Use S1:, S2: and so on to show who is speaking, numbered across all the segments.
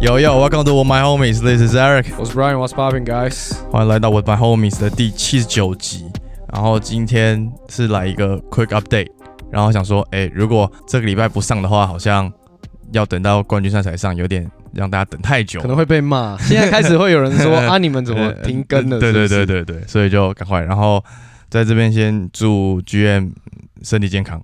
S1: Yo yo, welcome to my homies. This is Eric.
S2: 我是 Brian，What's popping, guys？
S1: 欢迎来到我 my homies 的第七十九集。然后今天是来一个 quick update，然后想说，哎、如果这个礼拜不上的话，好像要等到冠军赛才上，有点让大家等太久。
S2: 可能会 被骂。现在开始会有人说啊，你们怎么停更了？
S1: 呃对对
S2: 是不
S1: 对
S2: 是，
S1: 对对，所以就赶快。然后在这边先祝 GM 身体健康。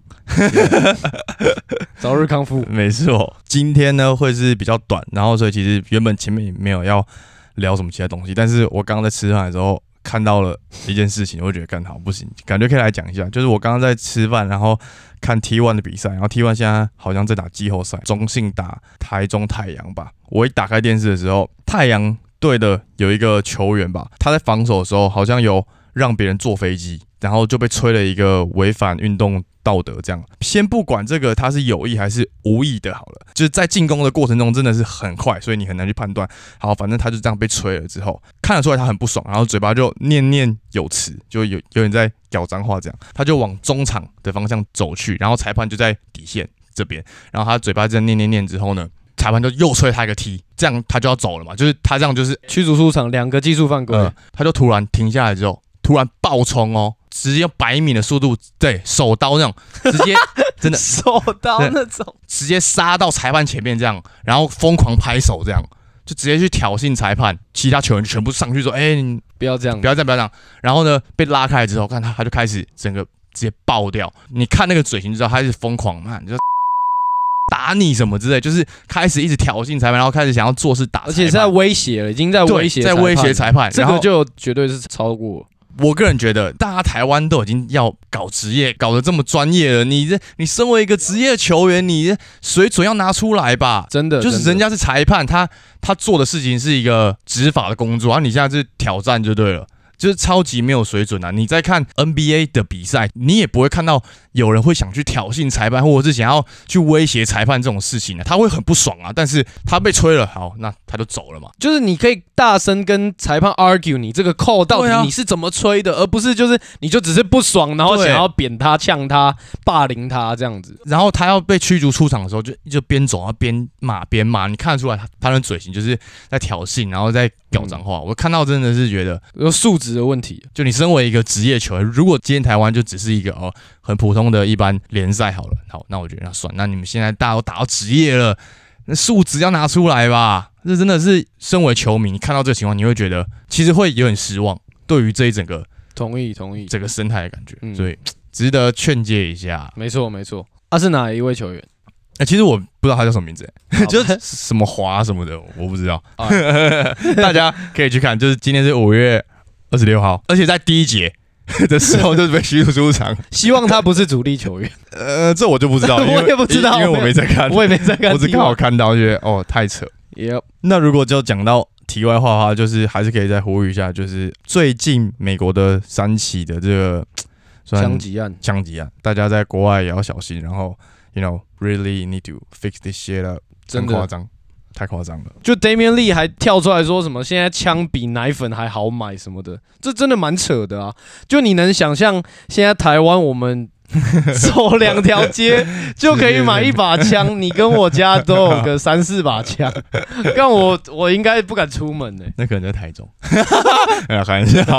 S2: 早日康复。
S1: 没错，今天呢会是比较短，然后所以其实原本前面也没有要聊什么其他东西，但是我刚刚在吃饭的时候看到了一件事情，我就觉得干好不行，感觉可以来讲一下。就是我刚刚在吃饭，然后 看 T1 的比赛，然后 T1 现在好像在打季后赛，中信打台中太阳吧。我一打开电视的时候，太阳队的有一个球员吧，他在防守的时候好像有让别人坐飞机，然后就被吹了一个违反运动道德这样。先不管这个他是有意还是无意的，好了，就是在进攻的过程中真的是很快，所以你很难去判断。好，反正他就这样被吹了之后，看得出来他很不爽，然后嘴巴就念念有词，就有有点在咬脏话这样。他就往中场的方向走去，然后裁判就在底线这边，然后他嘴巴在念念念之后呢。裁判就又吹他一个踢，这样他就要走了嘛，就是他这样就是
S2: 驱逐出场，两个技术犯规
S1: 呃，，他就突然停下来之后，突然爆冲哦，直接用百米的速度，对手刀那 种，直接真的
S2: 手刀
S1: 对
S2: 那种。
S1: 直接杀到裁判前面这样，然后疯狂拍手这样，就直接去挑衅裁判，其他球员全部上去说，哎、你
S2: 不要这样
S1: 不，要这样，不要这样。然后呢，被拉开来之后，看他他就开始整个直接爆掉，你看那个嘴型就知道他是疯狂嘛，你就 打你什么之类，就是开始一直挑衅裁判，然后开始想要做事打裁判，
S2: 而且是在威胁了，已经在
S1: 对
S2: 威胁，
S1: 在威胁。裁判，
S2: 这
S1: 然
S2: 个
S1: 后
S2: 就绝对是超过，
S1: 我个人觉得，大家台湾都已经要搞职业，搞得这么专业了，你这你身为一个职业球员，你水准要拿出来吧。
S2: 真的
S1: 就是
S2: 真
S1: 人
S2: 的
S1: 家是裁判，他他做的事情是一个执法的工作，啊然后你现在是挑战就对了，就是超级没有水准啊！你在看 NBA 的比赛，你也不会看到有人会想去挑衅裁判，或者是想要去威胁裁判这种事情啊，他会很不爽啊。但是他被吹了，好，那他就走了嘛。
S2: 就是你可以大声跟裁判 argue 你这个扣到
S1: 对
S2: 底
S1: 啊
S2: 你是怎么吹的，而不是就是你就只是不爽，然后
S1: 对
S2: 想要扁他、呛他、霸凌他这样子。
S1: 然后他要被驱逐出场的时候，就就边走啊边骂边骂，你看得出来他他的嘴型就是在挑衅，然后在屌脏话。我看到真的是觉得，
S2: 有素质的问题，
S1: 就你身为一个职业球员，如果今天台湾就只是一个哦很普通的一般联赛好了，好，那我觉得那算，那你们现在大家都打到职业了，那素质要拿出来吧。这真的是身为球迷，你看到这个情况，你会觉得其实会有点失望，对于这一整个
S2: 同意同意，
S1: 整个生态的感觉，
S2: 嗯
S1: 所以值得劝诫一下。
S2: 没错没错。他、是哪一位球员？
S1: 哎、其实我不知道他叫什么名字、
S2: 好
S1: 就是什么华什么的，我不知道
S2: 哦。
S1: 啊大家可以去看，就是今天是五月二十六号，而且在第一节的时候就是被驱逐出场。
S2: 希望他不是主力球员，
S1: 呃，这 我就不知道，因为
S2: 我也不知道
S1: 因为我没在看，
S2: 我也没在看 T1。
S1: 我只刚好看到，觉得哦太扯。
S2: 也
S1: 那如果就讲到题外话的话，就是还是可以再呼吁一下，就是最近美国的三起的这个算
S2: 枪击案，
S1: 枪击案，大家在国外也要小心，然后 you know really need to fix this shit up，
S2: 真
S1: 很夸
S2: 的
S1: 张，太夸张了。
S2: 就 Damian Lee 还跳出来说什么现在枪比奶粉还好买什么的，这真的蛮扯的啊！就你能想象现在台湾我们走两条街就可以买一把枪，你跟我家都有个三四把枪，但我我应该不敢出门呢、欸。
S1: 那可能在台中， 哎呀，开玩笑，开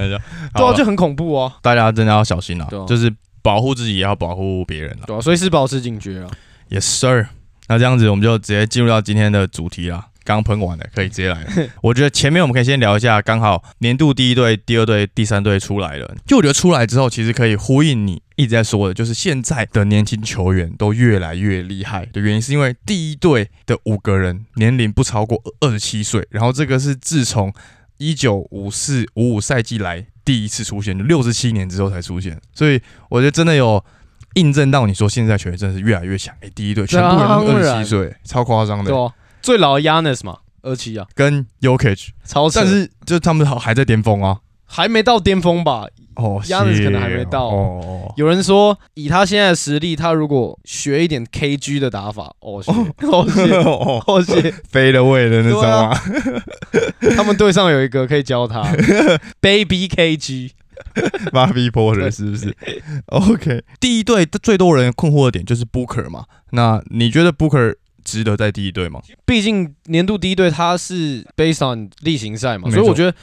S1: 玩笑。
S2: 对
S1: 好
S2: 啊，
S1: 了
S2: 就很恐怖啊！
S1: 大家真的要小心啊
S2: 对啊，
S1: 就是保护自己也要保护别人啊。
S2: 对啊，随时保持警觉啊！
S1: Yes sir，那这样子我们就直接进入到今天的主题啦。刚喷完了，可以直接来了。我觉得前面我们可以先聊一下，刚好年度第一队、第二队、第三队出来了。就我觉得出来之后，其实可以呼应你一直在说的，就是现在的年轻球员都越来越厉害的原因，是因为第一队的五个人年龄不超过二十七岁，然后这个是自从一九五四五五赛季来第一次出现，就六十七年之后才出现，所以我觉得真的有印证到你说现在球员真的是越来越强。哎、第一队全部人都
S2: 啊当
S1: 二十
S2: 然
S1: 七岁，超夸张
S2: 对
S1: 的，
S2: 啊，最老的 Yanis 嘛，二七啊，
S1: 跟 Yokich，
S2: 超扯
S1: 但是就他们好还在巅峰啊，
S2: 还没到巅峰吧？
S1: 哦，
S2: Giannis 可能还没到
S1: 哦哦，哦
S2: 有人说，以他现在的实力，他如果学一点 KG 的打法，哦，谢， 哦谢，
S1: 哦
S2: 哦谢，
S1: 飞了位的那啊种吗？
S2: 他们队上有一个可以教 他，Baby KG，啊
S1: 巴比波人是不是？OK，第一队最多人困惑的点就是 Booker 嘛。那你觉得 Booker 值得在第一队吗？
S2: 毕竟年度第一队他是 based on 例行赛嘛，
S1: 没错
S2: 所以我觉得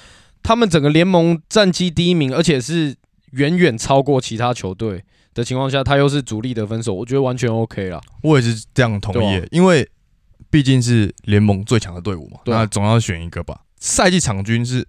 S2: 他们整个联盟战绩第一名，而且是远远超过其他球队的情况下，他又是主力得分手，我觉得完全 OK 啦。
S1: 我也是这样同意耶、
S2: 对啊
S1: 因为毕竟是联盟最强的队伍嘛，
S2: 对啊
S1: 那总要选一个吧。赛季场均是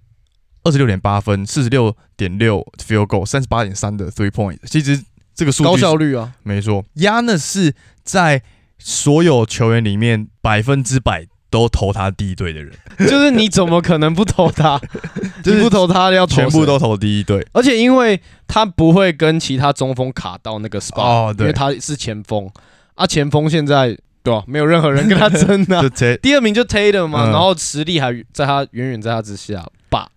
S1: 二十六点八分，四十六点六 field goal，三十八点三的 three point，其实这个数
S2: 高
S1: 据是
S2: 效 率啊，
S1: 没错，亚纳是在所有球员里面百分之百都投他第一队的人，
S2: 就是你怎么可能不投他？
S1: 就
S2: 你
S1: 是
S2: 不投他要投
S1: 全部
S2: 谁
S1: 都投第一队。
S2: 而且因为他不会跟其他中锋卡到那个 spot，、
S1: 哦，
S2: 因
S1: 对，
S2: 为他是前锋啊，前锋现在对吧、没有任何人跟他争 啊
S1: 就。这
S2: 第二名就 Tatum 嘛，
S1: 嗯
S2: 然后实力还在他远远在他之下吧。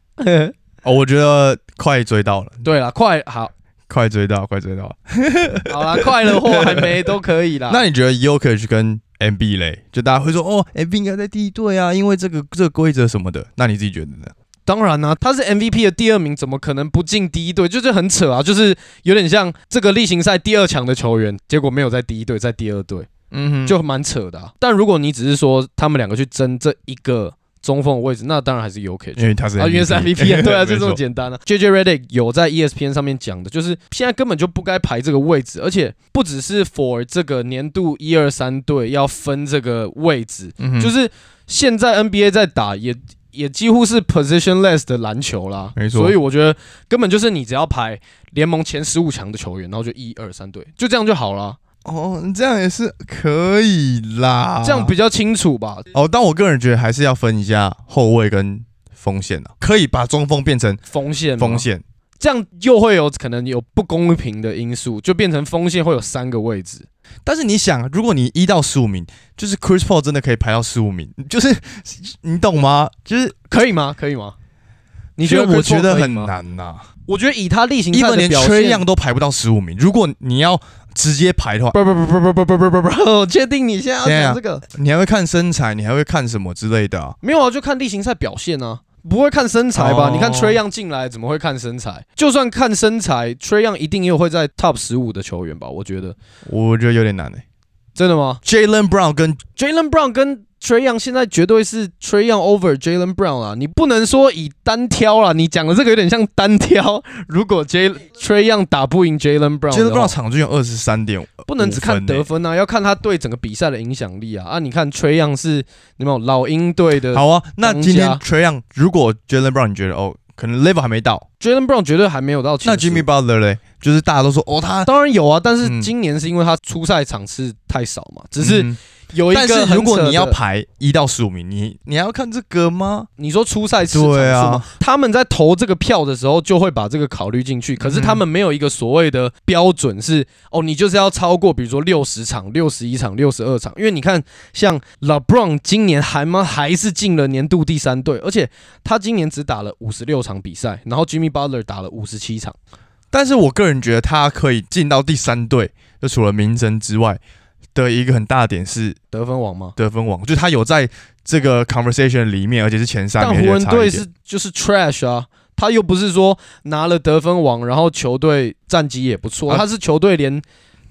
S1: 哦，我觉得快追到了，
S2: 对了，快好
S1: 快追到，快追到
S2: 啊
S1: 了。
S2: 好啦， 快了或还没都可以啦。
S1: 那你觉得 Yokich 跟 MB 嘞？就大家会说哦，MB 应该在第一队啊，因为这个这个规则什么的。那你自己觉得呢？
S2: 当然啦、他是 MVP 的第二名，怎么可能不进第一队？就是很扯啊，就是有点像这个例行赛第二强的球员，结果没有在第一队，在第二队。
S1: 嗯哼
S2: 就蛮扯的、啊。但如果你只是说他们两个去争这一个中锋的位置，那当然还是 UK
S1: 因为他是
S2: 啊，因为是 MVP 啊，对啊，就这么
S1: 种。
S2: 简单啊。JJ Redick 有在 E ESPN 上面讲的，就是现在根本就不该排这个位置，而且不只是 for 这个年度一二三队要分这个位置，
S1: 嗯哼
S2: 就是现在 NBA 在打也也几乎是 positionless 的篮球啦，
S1: 没错
S2: 所以我觉得根本就是你只要排联盟前十五强的球员，然后就一二三队，就这样就好了，
S1: 哦，你这样也是可以啦，
S2: 这样比较清楚吧。
S1: 哦，但我个人觉得还是要分一下后卫跟锋线啊，可以把中锋变成
S2: 锋线吗，
S1: 锋线，
S2: 这样又会有可能有不公平的因素，就变成锋线会有三个位置。
S1: 但是你想，啊如果你一到十五名，就是 Chris Paul 真的可以排到十五名，就是 你懂吗？就是
S2: 可以吗？可以吗？你
S1: 你
S2: 觉得
S1: 我
S2: Chris Paul
S1: 觉得
S2: 可以
S1: 很
S2: 吗？
S1: 难呐、
S2: 我觉得以他例行
S1: 因为
S2: 赛的
S1: 连
S2: 表
S1: 缺
S2: 现，
S1: 样都排不到十五名。如果你要直接排的话，
S2: 不不不不不不不不不 不，我确定你现在要
S1: 啊
S2: 讲这个？
S1: 你还会看身材，你还会看什么之类的、啊。
S2: 没有啊，就看例行赛表现啊，不会看身材吧？
S1: 哦
S2: 你看 Trey Young 进来怎么会看身材？就算看身材，Trey Young 一定又会在 Top 十五的球员吧？我觉得
S1: 我觉得有点难诶、
S2: 真的吗
S1: Jalen Brown 跟
S2: ？Jalen Brown 跟 Trey Young 现在绝对是 Trey Young over Jalen Brown 啊啦，你不能说以单挑啦，你讲的这个有点像单挑。如果 J Trey Young 打不赢 Jalen Brown，的
S1: Jalen
S2: 话
S1: Brown 场均有二十三点，
S2: 不能只看
S1: 欸
S2: 得分啊，要看他对整个比赛的影响力啊。啊，你看 Trey Young 是有没有老鹰队的
S1: 好啊。那
S2: 呃当
S1: 今天
S2: 家
S1: Trey Young 如果 Jalen Brown 你觉得哦，可能 level 还没到，
S2: Jalen Brown 绝对还没有到前
S1: 那
S2: 十
S1: Jimmy Butler 嘞，就是大家都说哦他。
S2: 当然有啊，但
S1: 嗯
S2: 是今年是因为他出赛场次太少嘛，只是
S1: 嗯
S2: 有一个
S1: 但是如果
S2: 很扯的
S1: 你要排一到十五名，你你还要看这个吗？
S2: 你说出赛次场数
S1: 对啊
S2: 嘛他们在投这个票的时候就会把这个考虑进去，可
S1: 嗯
S2: 是他们没有一个所谓的标准是，哦，你就是要超过比如说六十场、六十一场、六十二场，因为你看像 LeBron 今年还吗还是进了年度第三队，而且他今年只打了五十六场比赛，然后 Jimmy Butler 打了五十七场，
S1: 但是我个人觉得他可以进到第三队，就除了名声之外的一个很大的点是
S2: 得分王嘛。
S1: 得分王，就他有在这个 conversation 里面，而且是前三
S2: 但
S1: 名。
S2: 湖
S1: 而
S2: 人
S1: 且差一
S2: 队
S1: 点
S2: 是就是 trash 啊，他又不是说拿了得分王，然后球队战绩也不错，
S1: 啊
S2: 他是球队连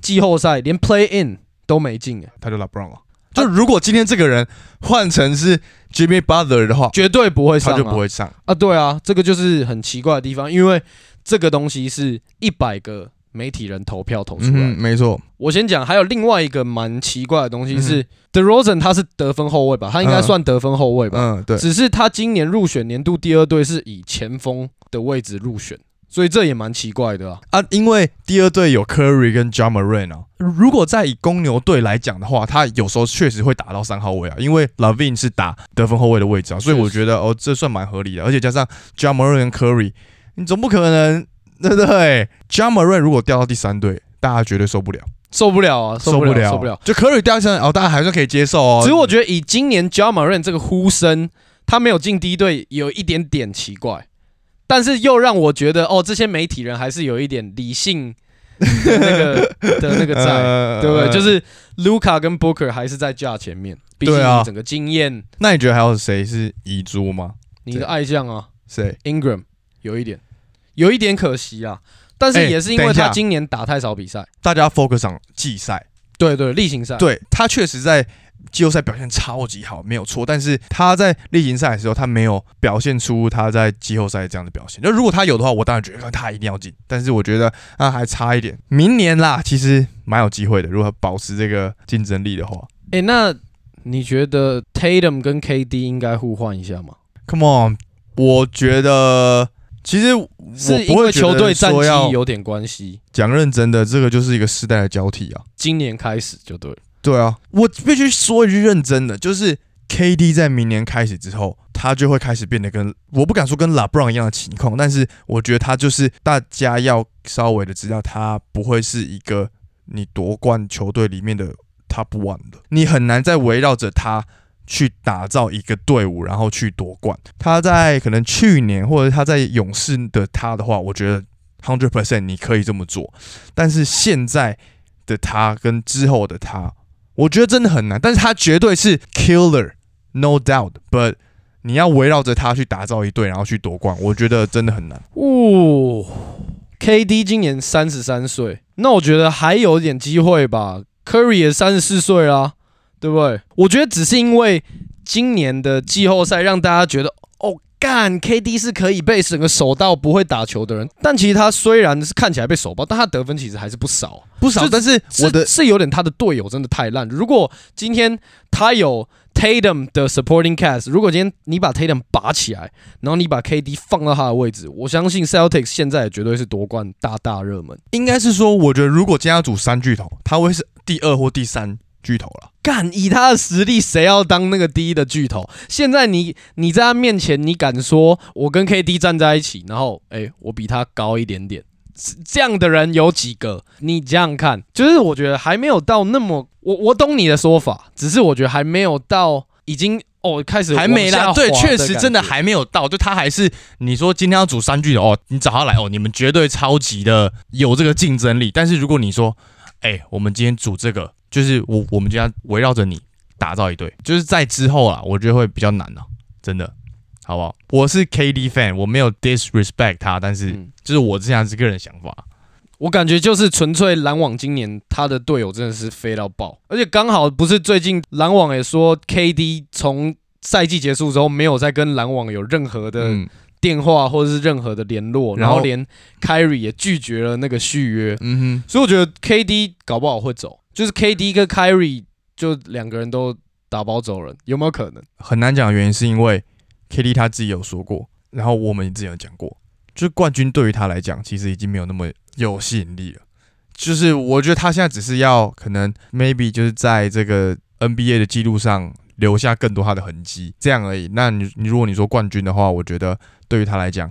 S2: 季后赛连 play in 都没进、欸，
S1: 他就 LeBron 了。
S2: 啊
S1: 就如果今天这个人换成是 Jimmy Butler 的话，
S2: 绝对不会上、
S1: 他
S2: 啊，
S1: 就不会上。
S2: 啊，对啊，这个就是很奇怪的地方，因为这个东西是一百个媒体人投票投出来
S1: 嗯
S2: 的。
S1: 哼，没错，
S2: 我先讲，还有另外一个蛮奇怪的东西是、
S1: 嗯
S2: d e r o z e n 他是得分后卫吧，他应该
S1: 嗯
S2: 算得分后卫吧，
S1: 嗯，对，
S2: 只是他今年入选年度第二队是以前锋的位置入选，所以这也蛮奇怪的啊。
S1: 啊，因为第二队有 Curry 跟 j a m a r a n 啊。如果在以公牛队来讲的话，他有时候确实会打到三号位啊，因为 Lavin 是打得分后卫的位置啊，所以
S2: 确实
S1: 我觉得哦，这算蛮合理的。而且加上 j a m a r a n 跟 Curry，你总不可能对不对 j a m a r a n 如果掉到第三队，大家绝对受不了，
S2: 受不了啊，受不了，
S1: 了，
S2: 受不了。。
S1: 就 Curry 掉下来哦，大家还算可以接受哦。
S2: 只是我觉得以今年 j a m a r a n 这个呼声，他没有进第一队有一点点奇怪，但是又让我觉得哦，这些媒体人还是有一点理性的 那个的那个在，
S1: 呃
S2: 对不对？就
S1: 呃
S2: 是卢卡跟 Booker 还是在架前面，毕竟
S1: 对啊
S2: 你整个经验，
S1: 那你觉得还有谁是遗珠吗？
S2: 你的爱将啊
S1: 谁？
S2: ，Ingram 有一点，有一点可惜啊，但是
S1: 哎
S2: 也是因
S1: 等
S2: 为
S1: 一下
S2: 他今年打太少比赛，
S1: 大家 focus on 季赛，
S2: 对对，例行赛，
S1: 对他确实在季后赛表现超级好，没有错。但是他在例行赛的时候，他没有表现出他在季后赛这样的表现。就如果他有的话，我当然觉得他一定要进。但是我觉得他还差一点。明年啦，其实蛮有机会的，如果保持这个竞争力的话。
S2: 哎，那你觉得 Tatum 跟 KD 应该互换一下吗？
S1: Come on，我觉得其实我
S2: 是
S1: 不
S2: 因
S1: 会
S2: 为
S1: 觉得
S2: 球队战
S1: 说要
S2: 绩有点关系，
S1: 讲认真的，这个就是一个世代的交替啊。
S2: 今年开始就对了。
S1: 对啊，我必须说一句认真的，就是 KD 在明年开始之后，他就会开始变得跟我不敢说跟 LeBron 一样的情况，但是我觉得他就是大家要稍微的知道，他不会是一个你夺冠球队里面的 Top One 的，你很难再围绕着他。去打造一个队伍，然后去夺冠。他在可能去年或者他在勇士的他的话，我觉得 hundred percent 你可以这么做。但是现在的他跟之后的他，我觉得真的很难，但是他绝对是 killer，no doubt，but 你要围绕着他去打造一队，然后去夺冠，我觉得真的很难。
S2: 哦，KD 今年三十三岁，那我觉得还有点机会吧。Curry 也三十四岁啦，对不对？我觉得只是因为今年的季后赛让大家觉得，哦，干 KD 是可以被整个守到不会打球的人，但其实他虽然是看起来被守爆，但他得分其实还是不少。啊
S1: 不少，
S2: 就
S1: 但是
S2: 是
S1: 我的
S2: 是有点他的队友真的太烂。如果今天他有 Tatum 的 supporting cast，如果今天你把 Tatum 拔起来，然后你把 KD 放到他的位置，我相信 Celtics 现在也绝对是夺冠大大热门。
S1: 应该是说，我觉得如果今天要组三巨头，他会是第二或第三巨头了。
S2: 干，以他的实力，谁要当那个第一的巨头？现在你你在他面前，你敢说我跟 KD 站在一起，然后诶，我比他高一点点？这这样的人有几个？你这样看，就是我觉得还没有到那么，我我懂你的说法，只是我觉得还没有到已经哦开始
S1: 还没啦，
S2: 往下
S1: 对，
S2: 滑
S1: 确实真的
S2: 感觉
S1: 还没有到，就他还是你说今天要组三巨头哦，你找他来哦，你们绝对超级的有这个竞争力。但是如果你说，哎、我们今天组这个，就是我我们今天围绕着你打造一队，就是在之后啊，我觉得会比较难啊，真的，好不好？我是 KD fan，我没有 disrespect 他，但是
S2: 嗯
S1: 就是我这样子个人想法。
S2: 我感觉就是纯粹篮网今年他的队友真的是飞到爆，而且刚好不是最近篮网也说 KD 从赛季结束之后没有再跟篮网有任何的
S1: 嗯
S2: 电话或者是任何的联络，
S1: 然
S2: 然
S1: 后
S2: 后连 Kyrie 也拒绝了那个续约，
S1: 嗯
S2: 所以我觉得 KD 搞不好会走，就是 KD 跟 Kyrie 就两个人都打包走人，有没有可能？
S1: 哼，很难讲的原因是因为 KD 他自己有说过，然后我们之前有讲过，就是冠军对于他来讲其实已经没有那么有吸引力了。就是我觉得他现在只是要可能 maybe 就是在这个 NBA 的记录上留下更多他的痕迹，这样而已。那你你如果你说冠军的话，我觉得对于他来讲，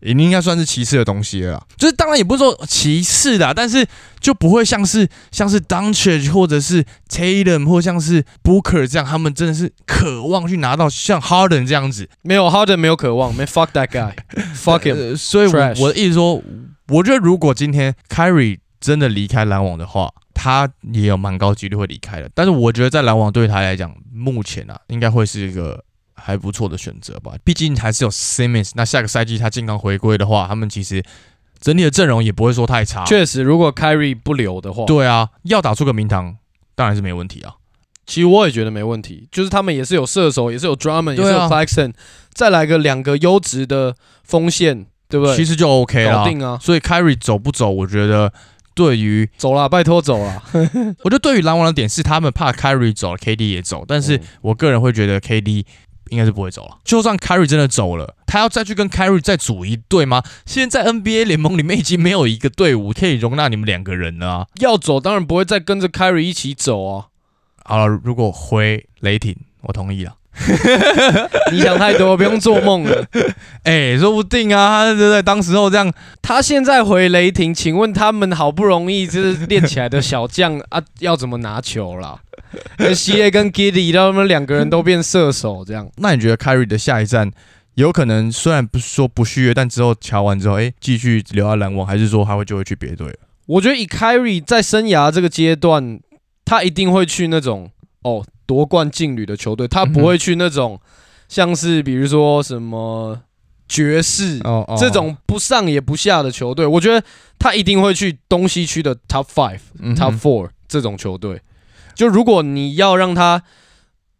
S1: 也应该算是其次的东西了啦。就是当然也不是说其次的啊，但是就不会像是像是 d u n c h 或者是 Tatum 或像是 Booker 这样，他们真的是渴望去拿到像 Harden 这样子。
S2: 没有 Harden 没有渴望，没 fuck that guy，fuck him。
S1: 呃所以我
S2: Trash
S1: 我的意思说，我觉得如果今天 Kyrie 真的离开篮网的话，他也有蛮高几率会离开的。但是我觉得在篮网对他来讲，目前啊，应该会是一个还不错的选择吧。毕竟还是有 Simmons，那下个赛季他健康回归的话，他们其实整体的阵容也不会说太差。
S2: 确实，如果 Kyrie 不留的话，
S1: 对啊，要打出个名堂，当然是没问题啊。
S2: 其实我也觉得没问题，就是他们也是有射手，也是有 Drummond，、也
S1: 对啊
S2: 是有 Clarkson，再来个两个优质的锋线，对不对？
S1: 其实就 OK 了
S2: 搞
S1: 啊。
S2: 定啊，
S1: 所以 Kyrie 走不走，我觉得对于
S2: 走啦，拜托走啦。
S1: 我觉得对于篮网的点是，他们怕 Kyrie 走，KD 也走， 但是
S2: 嗯
S1: 我个人会觉得 KD 应该是不会走了。就算 Kyrie 真的走了，他要再去跟 Kyrie 再组一队吗？现在 NBA 联盟里面已经没有一个队伍可以容纳你们两个人了啊！
S2: 要走当然不会再跟着 Kyrie 一起走啊，
S1: 好了，如果回雷霆，我同意啊了。
S2: 你想太多，不用做梦了。
S1: 哎、说不定啊，对不对？当时候这样，
S2: 他现在回雷霆，请问他们好不容易就是练起来的小将 啊，要怎么拿球啦 n c a 跟 Giddy，让他们两个人都变射手这样。
S1: 那你觉得 Kyrie 的下一站有可能虽然不是说不续约，但之后瞧完之后，哎、继续留在篮网，还是说他会就会去别队了？
S2: 我觉得以 Kyrie 在生涯这个阶段，他一定会去那种哦夺冠劲旅的球队，他不会去那种、像是比如说什么爵士、
S1: 哦哦
S2: 这种不上也不下的球队。我觉得他一定会去东西区的 Top Five、Top
S1: 嗯
S2: Four 这种球队。就如果你要让他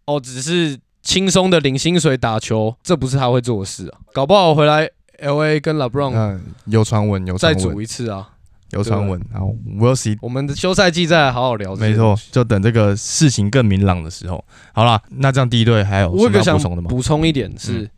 S2: 哦只是轻松的领薪水打球，这不是他会做的事啊。搞不好回来 L A 跟 LeBron
S1: 嗯，有传闻，有
S2: 再
S1: 传闻，
S2: 组一次啊。
S1: 有传闻，然后 we'll see
S2: 我们的休赛季再来好好聊。
S1: 没错，，就等这个事情更明朗的时候。好啦，那这样第一队还有
S2: 我有个
S1: 其他
S2: 想
S1: 补充的吗？
S2: 补充一点是，
S1: 嗯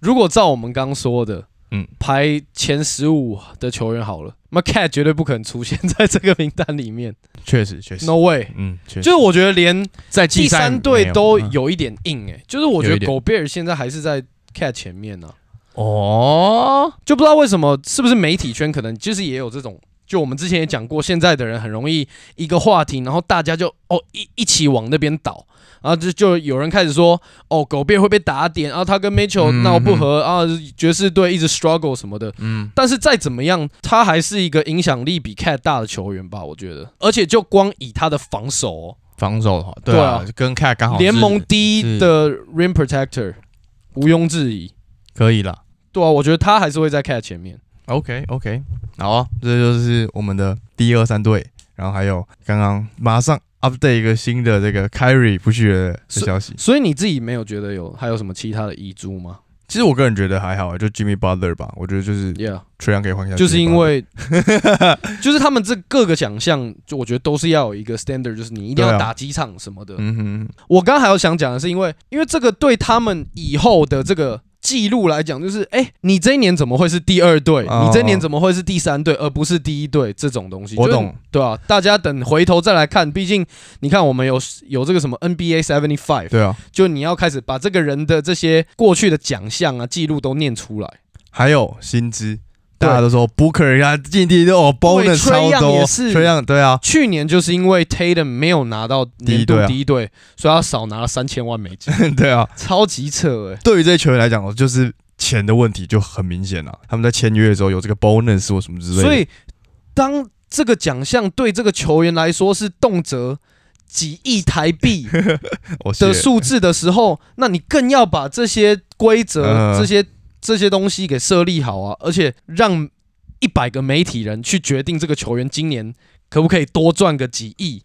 S2: 如果照我们刚说的，
S1: 嗯
S2: 嗯，排前十五的球员好了，那 Cat 绝对不可能出现在这个名单里面
S1: 确实，确实，
S2: ，No way。
S1: 嗯，确实，
S2: 就是我觉得连
S1: 在
S2: 第
S1: 季赛
S2: 三队
S1: 没
S2: 都
S1: 嗯
S2: 有一点硬哎、就是
S1: 有
S2: 我觉
S1: 一
S2: 得
S1: 点
S2: 狗贝尔现在还是在 Cat 前面啊呢、
S1: 哦，
S2: 就不知道为什么，是不是媒体圈可能就是也有这种。就我们之前也讲过，现在的人很容易一个话题，然后大家就哦一一起往那边倒，然后就就有人开始说哦狗贝会被打点，然后他跟 Mitchell
S1: 嗯
S2: 闹不和，啊爵士队一直 struggle 什么的。
S1: 嗯，
S2: 但是再怎么样，他还是一个影响力比 Cat 大的球员吧，我觉得。而且就光以他的防守、哦，
S1: 防守的话，对
S2: 对
S1: 啊
S2: 啊，
S1: 跟 Cat 刚好是
S2: 联盟第一
S1: 是
S2: 的 Rim Protector，毋庸置疑。
S1: 可以啦。
S2: 对啊，我觉得他还是会在 Cat 前面。
S1: OK OK，好、啊，这就是我们的第二三队，然后还有刚刚马上 update 一个新的这个 Kyrie 不续约的消息。
S2: 所以你自己没有觉得有还有什么其他的遗珠吗
S1: 其实我个人觉得还好，就 Jimmy Butler 吧，我觉得就是
S2: ？Yeah，
S1: 吹阳可以换一下 Jimmy Butler，
S2: 就是因为 就是他们这各个奖项，就我觉得都是要有一个 standard，就是你一定
S1: 对
S2: 要
S1: 啊
S2: 打几场什么的。
S1: 嗯哼，
S2: 我刚刚还有想讲的是，因为因为这个对他们以后的这个记录来讲，就是哎、诶你这一年怎么会是第二队？
S1: 哦
S2: 你这一年怎么会是第三队，而不是第一队？这种东西，
S1: 我
S2: 就是
S1: 懂，
S2: 对啊，大家等回头再来看，毕竟你看我们有有这个什么 NBA Seventy Five，
S1: 对啊，
S2: 就你要开始把这个人的这些过去的奖项啊记录都念出来。
S1: 还有薪资，
S2: 对
S1: 大家都说 Booker 啊进第一哦，bonus
S2: 崔
S1: 超
S2: 样
S1: 多
S2: 也，是
S1: 崔样对 啊，
S2: 去年就是因为 Tatum 没有拿到年
S1: 第一队
S2: 度
S1: 啊
S2: 第一队，所以他少拿了三千万美 金，
S1: 对啊，
S2: 超级扯哎、
S1: 对于这些球员来讲，就是钱的问题就很明显了。他们在签约的时候有这个 bonus 或什么之类的，
S2: 所以当这个奖项对这个球员来说是动辄几亿 台币
S1: 我
S2: 的
S1: 是
S2: 数字的时候，那你更要把这些规则、
S1: 嗯
S2: 这些这些东西给设立好啊，而且让一百个媒体人去决定这个球员今年可不可以多赚个几亿。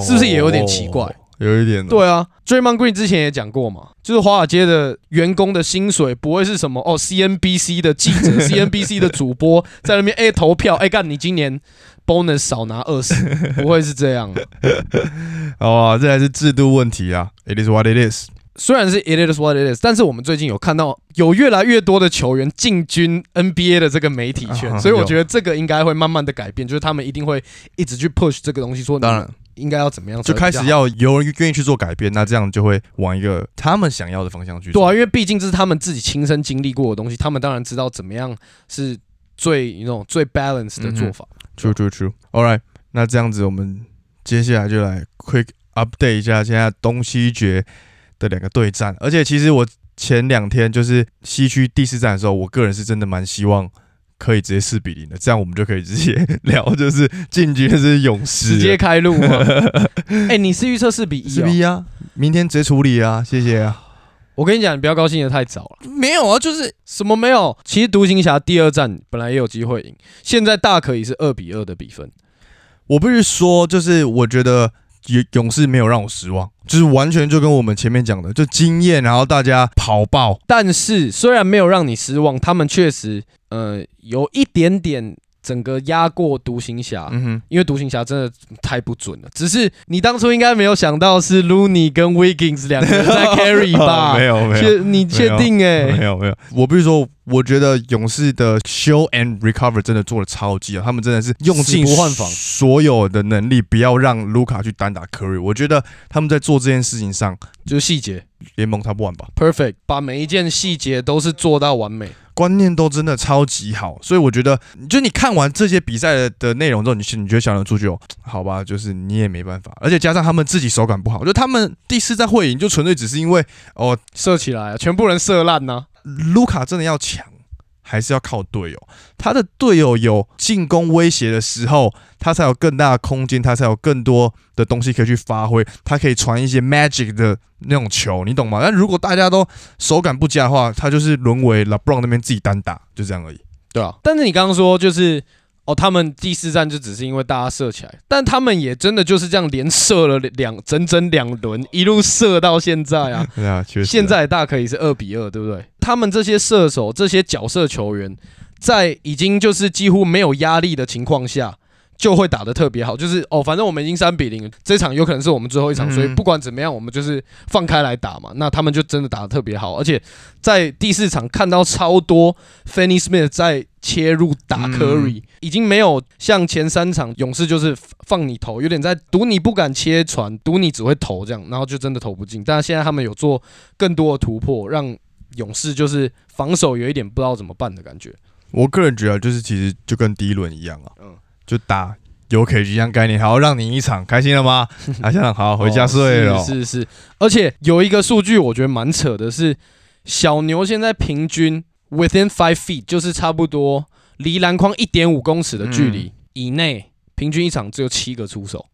S2: 是不是也有点奇怪？
S1: 哦有一点哦，
S2: 对啊，Draymond Green 之前也讲过嘛，就是华尔街的员工的薪水不会是什么哦，CNBC 的记 者、CNBC 的主播在那边哎投票哎干你今年 bonus 少拿 二十，不会是这样的。
S1: 好啊，这还是制度问题啊。It is what it is。
S2: 虽然是 it is what it is，但是我们最近有看到有越来越多的球员进军 NBA 的这个媒体圈，
S1: 啊
S2: 所以我
S1: 有
S2: 觉得这个应该会慢慢的改变，就是他们一定会一直去 push 这个东西，说
S1: 当然，
S2: 应该要怎么哦样才
S1: 就
S2: 会比较好，
S1: 开始要有人愿意去做改变，那这样就会往一个他们想要的方向去走。
S2: 对啊，因为毕竟这是他们自己亲身经历过的东西，他们当然知道怎么样是最那种最 balance
S1: 嗯
S2: 的做法。
S1: True, true, true. All right，那这样子，我们接下来就来 quick update 一下现在东西决的两个对战。而且其实我前两天就是西区第四站的时候，我个人是真的蛮希望可以直接四比零的，这样我们就可以直接 聊就是进军是勇士
S2: 直
S1: 了，
S2: 接开路 嘛？哎、你是预测四比一、
S1: 四
S2: 哦？
S1: 比一啊，明天直接处理啊，谢谢啊。
S2: 我跟你讲，你不要高兴的太早了。
S1: 没有啊，就是
S2: 什么没有？其实独行侠第二战本来也有机会赢，现在大可以是二比二的比分。
S1: 我必须说，就是我觉得。勇勇士没有让我失望，就是完全就跟我们前面讲的，就经验，然后大家跑爆，
S2: 但是虽然没有让你失望，他们确实呃有一点点整个压过独行侠。
S1: 嗯哼，
S2: 因为独行侠真的太不准了，只是你当初应该没有想到是 Looney 跟 Wiggins 两个 人在 carry
S1: 哦
S2: 吧？
S1: 呃没有没有
S2: 确你确定哎、
S1: 没有没有，我必须说，我觉得勇士的 show and recover 真的做的超级好，他们真的是用尽
S2: 死不换防
S1: 所有的能力，不要让卢卡去单打 Curry。我觉得他们在做这件事情上，
S2: 就是细节
S1: 联盟 top one 吧，
S2: perfect，把欸每一件细节都是做到完美。
S1: 观念都真的超级好，所以我觉得，就你看完这些比赛的的内容之后，你是你觉得小人出去哦，好吧，就是你也没办法，而且加上他们自己手感不好，就他们第四战会赢，就纯粹只是因为哦
S2: 射起来啊，全部人射烂呐、
S1: 卢卡真的要强，还是要靠队友。他的队友有进攻威胁的时候，他才有更大的空间，他才有更多的东西可以去发挥，他可以传一些 magic 的那种球，你懂吗？但如果大家都手感不佳的话，他就是沦为 LeBron 那边自己单打，就这样而已。
S2: 对啊，但是你刚刚说就是哦，他们第四站就只是因为大家射起来，但他们也真的就是这样连射了两整整两轮，一路射到现在啊。
S1: 对啊，确实啊。
S2: 现在大可以是二比二，对不对？他们这些射手、这些角色球员，在已经就是几乎没有压力的情况下，就会打得特别好。就是哦，反正我们已经三比零，这场有可能是我们最后一场，
S1: 嗯
S2: 所以不管怎么样，我们就是放开来打嘛。那他们就真的打得特别好，而且在第四场看到超多 Fanny Smith 在切入打
S1: 嗯
S2: Curry，、已经没有像前三场勇士就是放你投，有点在赌你不敢切传，赌你只会投这样，然后就真的投不进。但是现在他们有做更多的突破，让勇士就是防守有一点不知道怎么办的感觉。
S1: 我个人觉得，就是其实就跟第一轮一样啊，
S2: 嗯
S1: 就打 UKG 一样概念，好好让你一场开心了吗？啊，现在好回家睡了。
S2: 哦是是是，而且有一个数据我觉得蛮扯的是，小牛现在平均 within five feet 就是差不多离篮筐一点五公尺的距
S1: 嗯
S2: 离、以内，平均一场只有七个出手，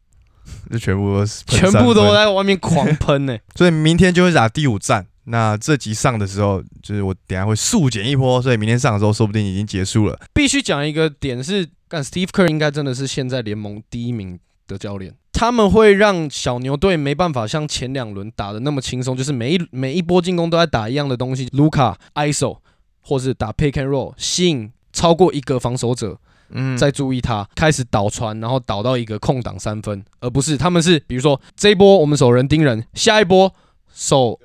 S1: 就全部都是
S2: 全部都
S1: 在。
S2: 在外面狂喷欸呢、
S1: 所以明天就会打第五站。那这集上的时候，就是我等一下会速减一波，所以明天上的时候说不定已经结束了。
S2: 必须讲一个点是，干 Steve Kerr 应该真的是现在联盟第一名的教练。他们会让小牛队没办法像前两轮打的那么轻松，就是每一每一波进攻都在打一样的东西，卢卡、ISO 或是打 pick and roll，吸引超过一个防守者，
S1: 嗯
S2: 再注意他开始倒传，然后倒到一个空档三分，而不是他们是比如说这一波我们守人盯人，下一波守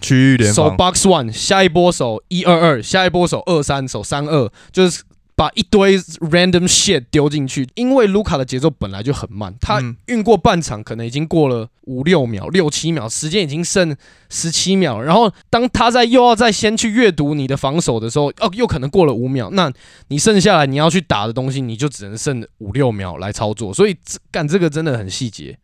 S1: 区域联
S2: 手
S1: 防，
S2: box one，下一波手一二二，下一波手二三，手三二，就是把一堆 random shit 丢进去。因为卢卡的节奏本来就很慢，他
S1: 嗯
S2: 运过半场可能已经过了五六秒、六七秒，时间已经剩十七秒。然后当他在又要再先去阅读你的防守的时候，哦，又可能过了五秒，那你剩下来你要去打的东西，你就只能剩五六秒来操作。所以这干这个真的很细节，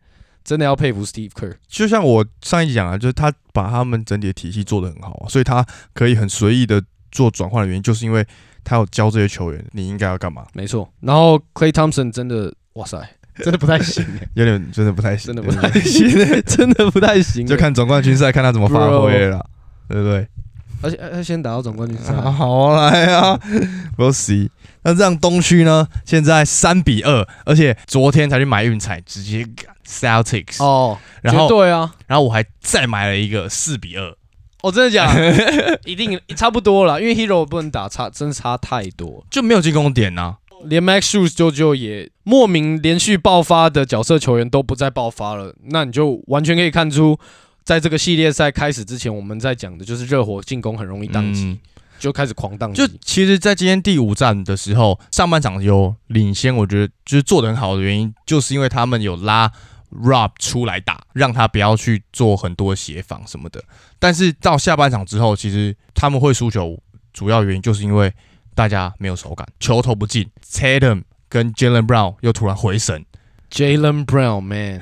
S2: 真的要佩服 Steve Kerr。
S1: 就像我上一集讲啊，就是他把他们整体的体系做得很好啊，所以他可以很随意的做转换的原因，就是因为他有教这些球员你应该要干嘛，
S2: 没错。然后 Clay Thompson 真的，哇塞， 真的不太行欸
S1: 有点真的不太行，
S2: 真的不太行， 真的不太行 欸。
S1: 就看总冠军赛看他怎么发挥了啦，对不对？
S2: 而且呃先打到总冠军赛，
S1: 啊 好啊来啊，We'll see。那这样东区呢，现在三比二，而且昨天才去买运彩，直接干 Celtics，、
S2: 哦，
S1: 然后
S2: 对啊，
S1: 然后我还再买了一个四比二，
S2: 哦，真的假的？ 一定差不多啦，因为 Hero 不能打差，真的差太多。
S1: 就没有进攻点啊呐、
S2: 连 Max Shoes 就就也莫名连续爆发的角色球员都不再爆发了，那你就完全可以看出，在这个系列赛开始之前，我们在讲的就是热火进攻很容易宕机，
S1: 嗯
S2: 就开始狂宕
S1: 就
S2: 机。
S1: 其实，在今天第五站的时候，上半场有领先，我觉得就是做得很好的原因，就是因为他们有拉 Rob 出来打，让他不要去做很多协防什么的。但是到下半场之后，其实他们会输球，主要原因就是因为大家没有手感，球投不进，Tatum 跟 Jalen Brown 又突然回神，
S2: Jalen Brown man，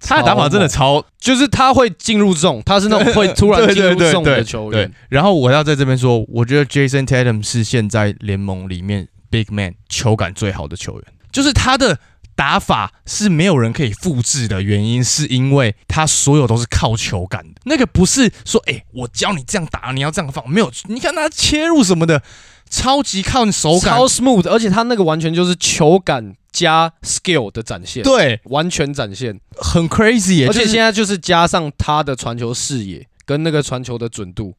S1: 他的打法真的
S2: 超猛
S1: 超
S2: 就是他会进入这种，他是那种会突 然
S1: 对
S2: 进入
S1: 对
S2: 这
S1: 对
S2: 种
S1: 对
S2: 的球员
S1: 对。。然后我要在这边说，我觉得 Jason Tatum 是现在联盟里面 big man 球感最好的球员，就是他的打法是没有人可以复制的原因，是因为他所有都是靠球感的。那个不是说，哎、我教你这样打，你要这样放，没有，你看他切入什么的，超级靠你手感
S2: 超。smooth，而且他那个完全就是球感加 skill 的展现，，
S1: 对，
S2: 完全展现。
S1: 很 crazy，耶
S2: 而且
S1: 就是
S2: 现在就是加上他的传球视野跟那个传球的准度，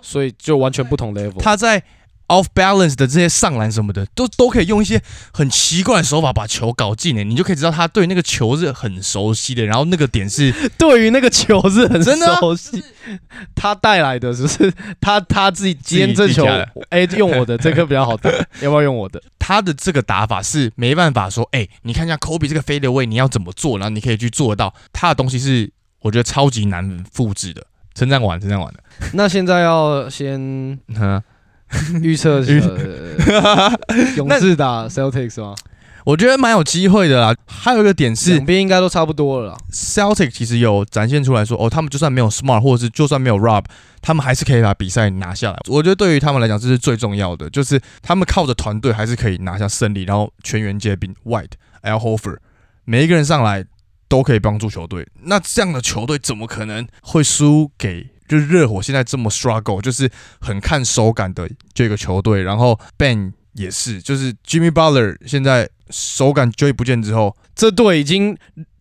S2: 所以就完全不同 level。
S1: 他在 off balance 的这些上篮什么的，都都可以用一些很奇怪的手法把球搞进诶，你就可以知道他对那个球是很熟悉的，然后那个点是
S2: 对于那个球是很
S1: 真的啊
S2: 熟悉，他带来的只是他他自己今天这
S1: 自己
S2: 球
S1: 加的，
S2: 哎，用我的这颗比较好打，要不要用我的？
S1: 他的这个打法是没办法说，哎、你看一下 Kobe 这个 fade away 你要怎么做，然后你可以去做得到，他的东西是我觉得超级难复制的。称赞完，称赞完了。
S2: 那现在要先
S1: 嗯
S2: 预测
S1: 预
S2: 呃勇士打 Celtics 吗？
S1: 我觉得蛮有机会的啦。还有一个点是
S2: 两边应该都差不多了啦。
S1: ，Celtic 其实有展现出来说，哦，他们就算没有 Smart 或者是就算没有 Rob，他们还是可以把比赛拿下来。我觉得对于他们来讲，这是最重要的，就是他们靠着团队还是可以拿下胜利。然后全员皆兵，White、Al Hofer，每一个人上来都可以帮助球队。那这样的球队怎么可能会输给？就是热火现在这么 struggle，就是很看手感的这个球队。然后 Ben 也是，就是 Jimmy Butler 现在手感 j 不见之后，
S2: 这队已经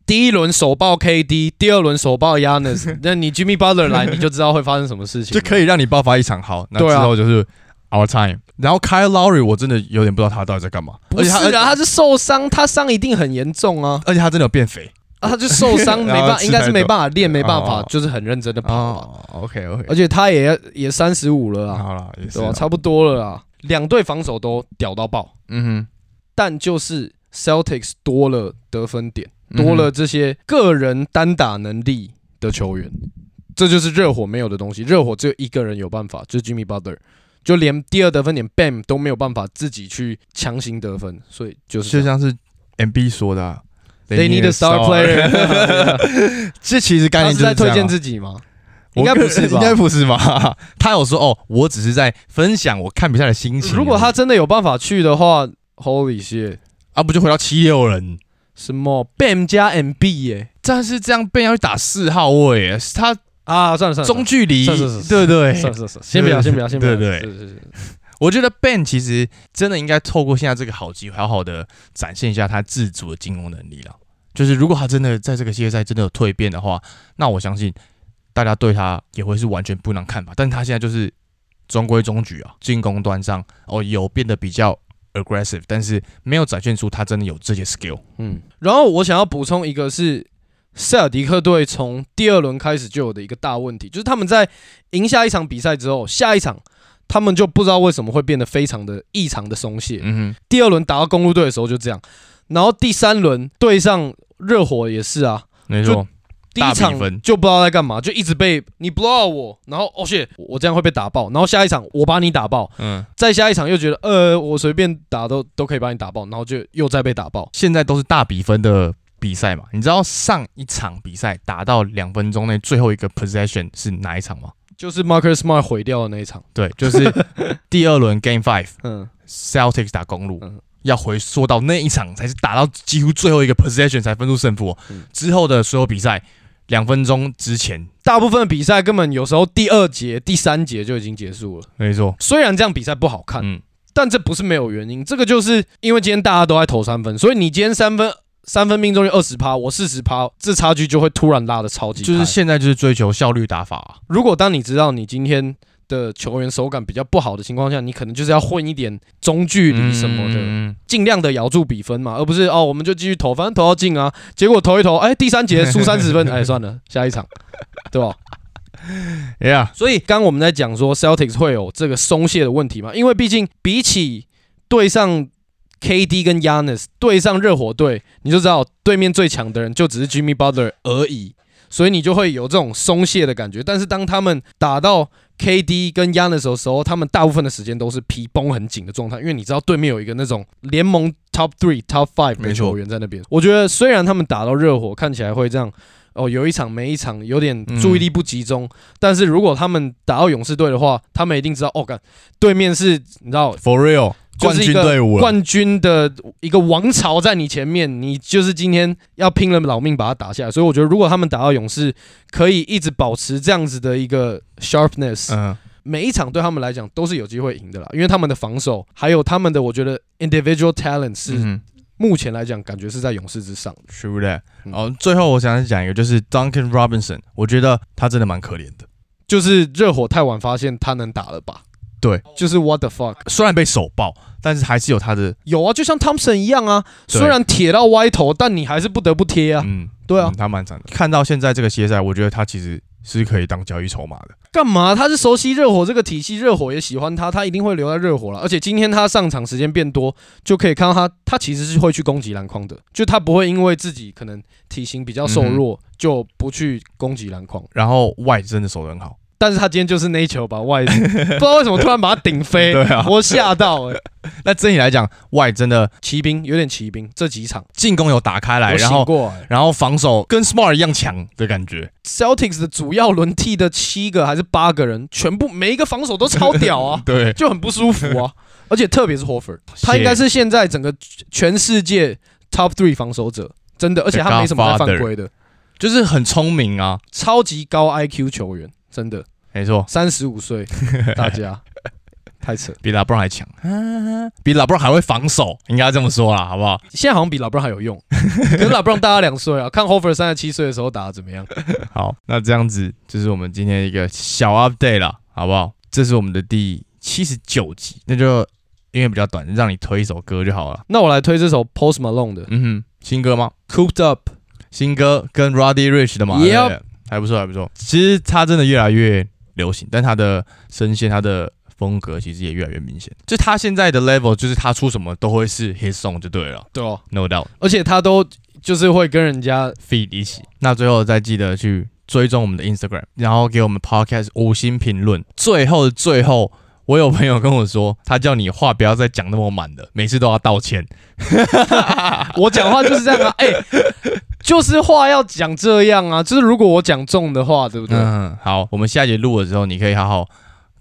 S2: 第一轮首爆 KD，第二轮首爆 Yanis，那你 Jimmy Butler 来，你就知道会发生什么 事情
S1: 就
S2: 了。
S1: 可以让你爆发一场好。那
S2: 对
S1: 之
S2: 啊
S1: 后就是 our time。然后 Kyle Lowry 我真的有点不知道他到底在干嘛，
S2: 不
S1: 而
S2: 是
S1: 且他而
S2: 啊，他是受伤，他伤一定很严重 啊，
S1: 而且他真的有变肥
S2: 啊，他就受伤没
S1: 然后
S2: 办法，
S1: 吃
S2: 应该是
S1: 太
S2: 没
S1: 多
S2: 办法练，没办法
S1: 哦，
S2: 就是很认真的跑啊。
S1: OK OK，
S2: 而且他也要也三十五了啊，
S1: 好了，也是
S2: 对吧？
S1: 啊
S2: 差不多了啊，两队防守都屌到爆，
S1: 嗯
S2: 但就是 Celtics 多了得分点，
S1: 嗯哼，
S2: 多了这些个人单打能力的球员，这就是热火没有的东西。热火只有一个人有办法，就是 Jimmy Butler，就连第二得分点 Bam 都没有办法自己去强行得分，所以就是这
S1: 就
S2: 样
S1: 像是 MB 说的啊
S2: They need a star player
S1: 这其实概
S2: 他
S1: 念
S2: 是
S1: 就是
S2: 在推
S1: 这样
S2: 荐
S1: 啊
S2: 自己吗？
S1: 我
S2: 应该
S1: 个
S2: 不是
S1: 人
S2: 吧
S1: 应该不是吧？ 他有说哦，我只是在分享我看比赛的心情而已。
S2: 如果他真的有办法去的话，Holy shit，
S1: 啊，不就回到七六人？
S2: 什么 Bam 加 MB 耶、
S1: 但是这样被要去打四号位，他
S2: 啊，算了算了，
S1: 中距离，
S2: 是是是是
S1: 对对，
S2: 算了算了算了，先不要先不要先不要，
S1: 对对
S2: 是是是
S1: 我觉得 Ben 其实真的应该透过现在这个好机会，好好的展现一下他自主的进攻能力了。就是如果他真的在这个系列赛真的有蜕变的话，那我相信大家对他也会是完全不一样看法。但他现在就是中规中矩啊，进攻端上哦有变得比较 aggressive，但是没有展现出他真的有这些 skill。
S2: 嗯，然后我想要补充一个是，塞尔迪克队从第二轮开始就有的一个大问题，就是他们在赢下一场比赛之后，下一场他们就不知道为什么会变得非常的异常的松懈。
S1: 嗯
S2: 第二轮打到公路队的时候就这样，然后第三轮对上热火也是啊，
S1: 哼，没
S2: 错
S1: 错，
S2: 第一
S1: 大
S2: 场
S1: 比分
S2: 就不知道在干嘛，就一直被你 blow out 我，然后哦 shit，我这样会被打爆，然后下一场我把你打爆，
S1: 嗯，
S2: 再下一场又觉得呃我随便打都都可以把你打爆，然后就又再被打爆。
S1: 现在都是大比分的比赛嘛。你知道上一场比赛打到两分钟内最后一个 possession 是哪一场吗？
S2: 就是 Marcus Smart 毁掉的那一场，
S1: 对，就是 第二轮 Game Five
S2: 嗯，
S1: Celtics 打公路，
S2: 嗯
S1: 要回缩到那一场才是打到几乎最后一个 possession 才分出胜负、哦
S2: 嗯
S1: 之后的所有比赛，两分钟之前，
S2: 大部分的比赛根本有时候第二节、第三节就已经结束了。
S1: 没错，
S2: 虽然这样比赛不好看，
S1: 嗯，
S2: 但这不是没有原因，这个就是因为今天大家都在投三分，所以你今天三分三分命中率二十趴，我四十趴，这差距就会突然拉的超级开。
S1: 就是现在就是追求效率打法啊、
S2: 如果当你知道你今天的球员手感比较不好的情况下，你可能就是要混一点中距离什么的，
S1: 嗯
S2: 尽量的咬住比分嘛，而不是哦，我们就继续投，反正投到进啊，结果投一投，哎，第三节输三十分，哎，算了，下一场，对吧？
S1: 嗯，Yeah，
S2: 所以刚刚我们在讲说 Celtics 会有这个松懈的问题嘛，因为毕竟比起对上 KD 跟 Yanis 对上热火队，你就知道对面最强的人就只是 Jimmy Butler 而已，所以你就会有这种松懈的感觉。但是当他们打到 KD 跟 Yanis 的时候，他们大部分的时间都是皮绷很紧的状态，因为你知道对面有一个那种联盟 Top Three、Top Five 的
S1: 没错
S2: 球员在那边。我觉得虽然他们打到热火看起来会这样。哦，有一场没一场，有点注意力不集
S1: 嗯
S2: 中。但是如果他们打到勇士队的话，他们一定知道，哦，干，对面是你知道
S1: ，For real，
S2: 就
S1: 冠
S2: 是一
S1: 军
S2: 个
S1: 队伍了，
S2: 冠军的一个王朝在你前面，你就是今天要拼了老命把它打下来。所以我觉得，如果他们打到勇士，可以一直保持这样子的一个 sharpness，、
S1: 嗯，
S2: 每一场对他们来讲都是有机会赢的啦，因为他们的防守还有他们的，我觉得 individual talent 是、
S1: 嗯
S2: 目前来讲感觉是在勇士之上的。
S1: 是不是？
S2: 嗯
S1: 哦，最后我想讲一个，就是 Duncan Robinson，我觉得他真的蛮可怜的。
S2: 就是热火太晚发现他能打了吧？
S1: 对，
S2: 就是 what the fuck。
S1: 虽然被手爆，但是还是有他的，
S2: 有啊，就像汤 o 一样啊，
S1: 对
S2: 虽然铁到歪头，但你还是不得不贴啊。
S1: 嗯，
S2: 对啊
S1: 嗯，他蛮惨的。看到现在这个歇赛，我觉得他其实是可以当交易筹码的。
S2: 干嘛？他是熟悉热火这个体系，热火也喜欢他，他一定会留在热火了。而且今天他上场时间变多，就可以看到他，他其实是会去攻击篮筐的，就他不会因为自己可
S1: 嗯
S2: 能体型比较瘦弱、就不去攻击篮筐。
S1: 然后 White 真的守得很好，
S2: 但是他今天就是那一球把外，不知道为什么突然把他顶 飞，
S1: 对啊
S2: 我吓到、欸。
S1: 那整体来讲，外真的
S2: 骑兵有点骑兵，这几场
S1: 进攻有打开来，
S2: 我醒
S1: 然后
S2: 过欸来
S1: 然后防守跟 Smart 一样强的感觉。，
S2: Celtics 的主要轮替的七个还是八个人，全部每一个防守都超屌啊
S1: 对，
S2: 就很不舒服啊。而且特别是 Horford，他应该是现在整个全世界 top three 防守者，真的，而且他没什么在犯规的，
S1: 就是很聪明啊，
S2: 超级高 IQ 球员，真的，
S1: 没错，
S2: 三十五 岁，大家太扯。
S1: 比 LeBron 还强， 比 LeBron 还会防守，应该这么说啦，好不好？
S2: 现在好像比老布朗还有用，可是老布朗大他两岁啊。看 Hofer 三十七岁的时候打的怎么样？
S1: 好，那这样子就是我们今天一个小 update 了，好不好？这是我们的第七十九集，那就因为比较短，让你推一首歌就好了。
S2: 那我来推这首 Post Malone 的
S1: 嗯哼，新歌吗？
S2: Cooped Up，
S1: 新歌跟 Roddy Rich 的嘛
S2: Yep
S1: 对不对还不错，还不错。其实他真的越来越流行，但他的声线、他的风格其实也越来越明显。就他现在的 level，就是他出什么都会是 hit song 就对了
S2: 对哦，
S1: ，no doubt。
S2: 而且他都就是会跟人 家
S1: feed 一起。那最后再记得去追踪我们的 Instagram，然后给我们 Podcast 五星评论。最后的最后，我有朋友跟我说，他叫你话不要再讲那么满的，每次都要道歉。
S2: 我讲话就是这样啊，哎、就是话要讲这样啊，就是如果我讲中的话，对不对？
S1: 嗯，好，我们下一节录的时候，你可以好好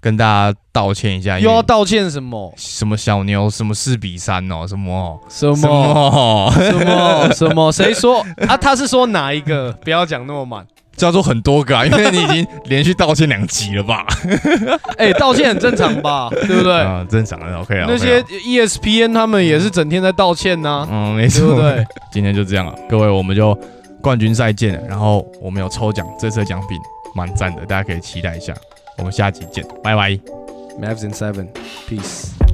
S1: 跟大家道歉一下，
S2: 又
S1: 因
S2: 要
S1: 为
S2: 道歉什么
S1: 什么小牛，什么四比三哦，什么
S2: 什
S1: 什
S2: 么
S1: 么，
S2: 什么什么？谁说啊？他是说哪一个？不要讲那么满。
S1: 叫做很多个啊，因为你已经连续道歉两集了吧？
S2: 哎、道歉很正常吧？对不 对？
S1: 啊，正常的，OK 了。
S2: 那些 E ESPN 他们也是整天在道歉呐、
S1: 嗯，没
S2: 对
S1: 错，
S2: 不对？
S1: 今天就这样了，各位，我们就冠军赛见了。然后我们有抽奖，这次的奖品蛮赞的，大家可以期待一下。我们下集见，拜拜。
S2: Mavs in seven. Peace.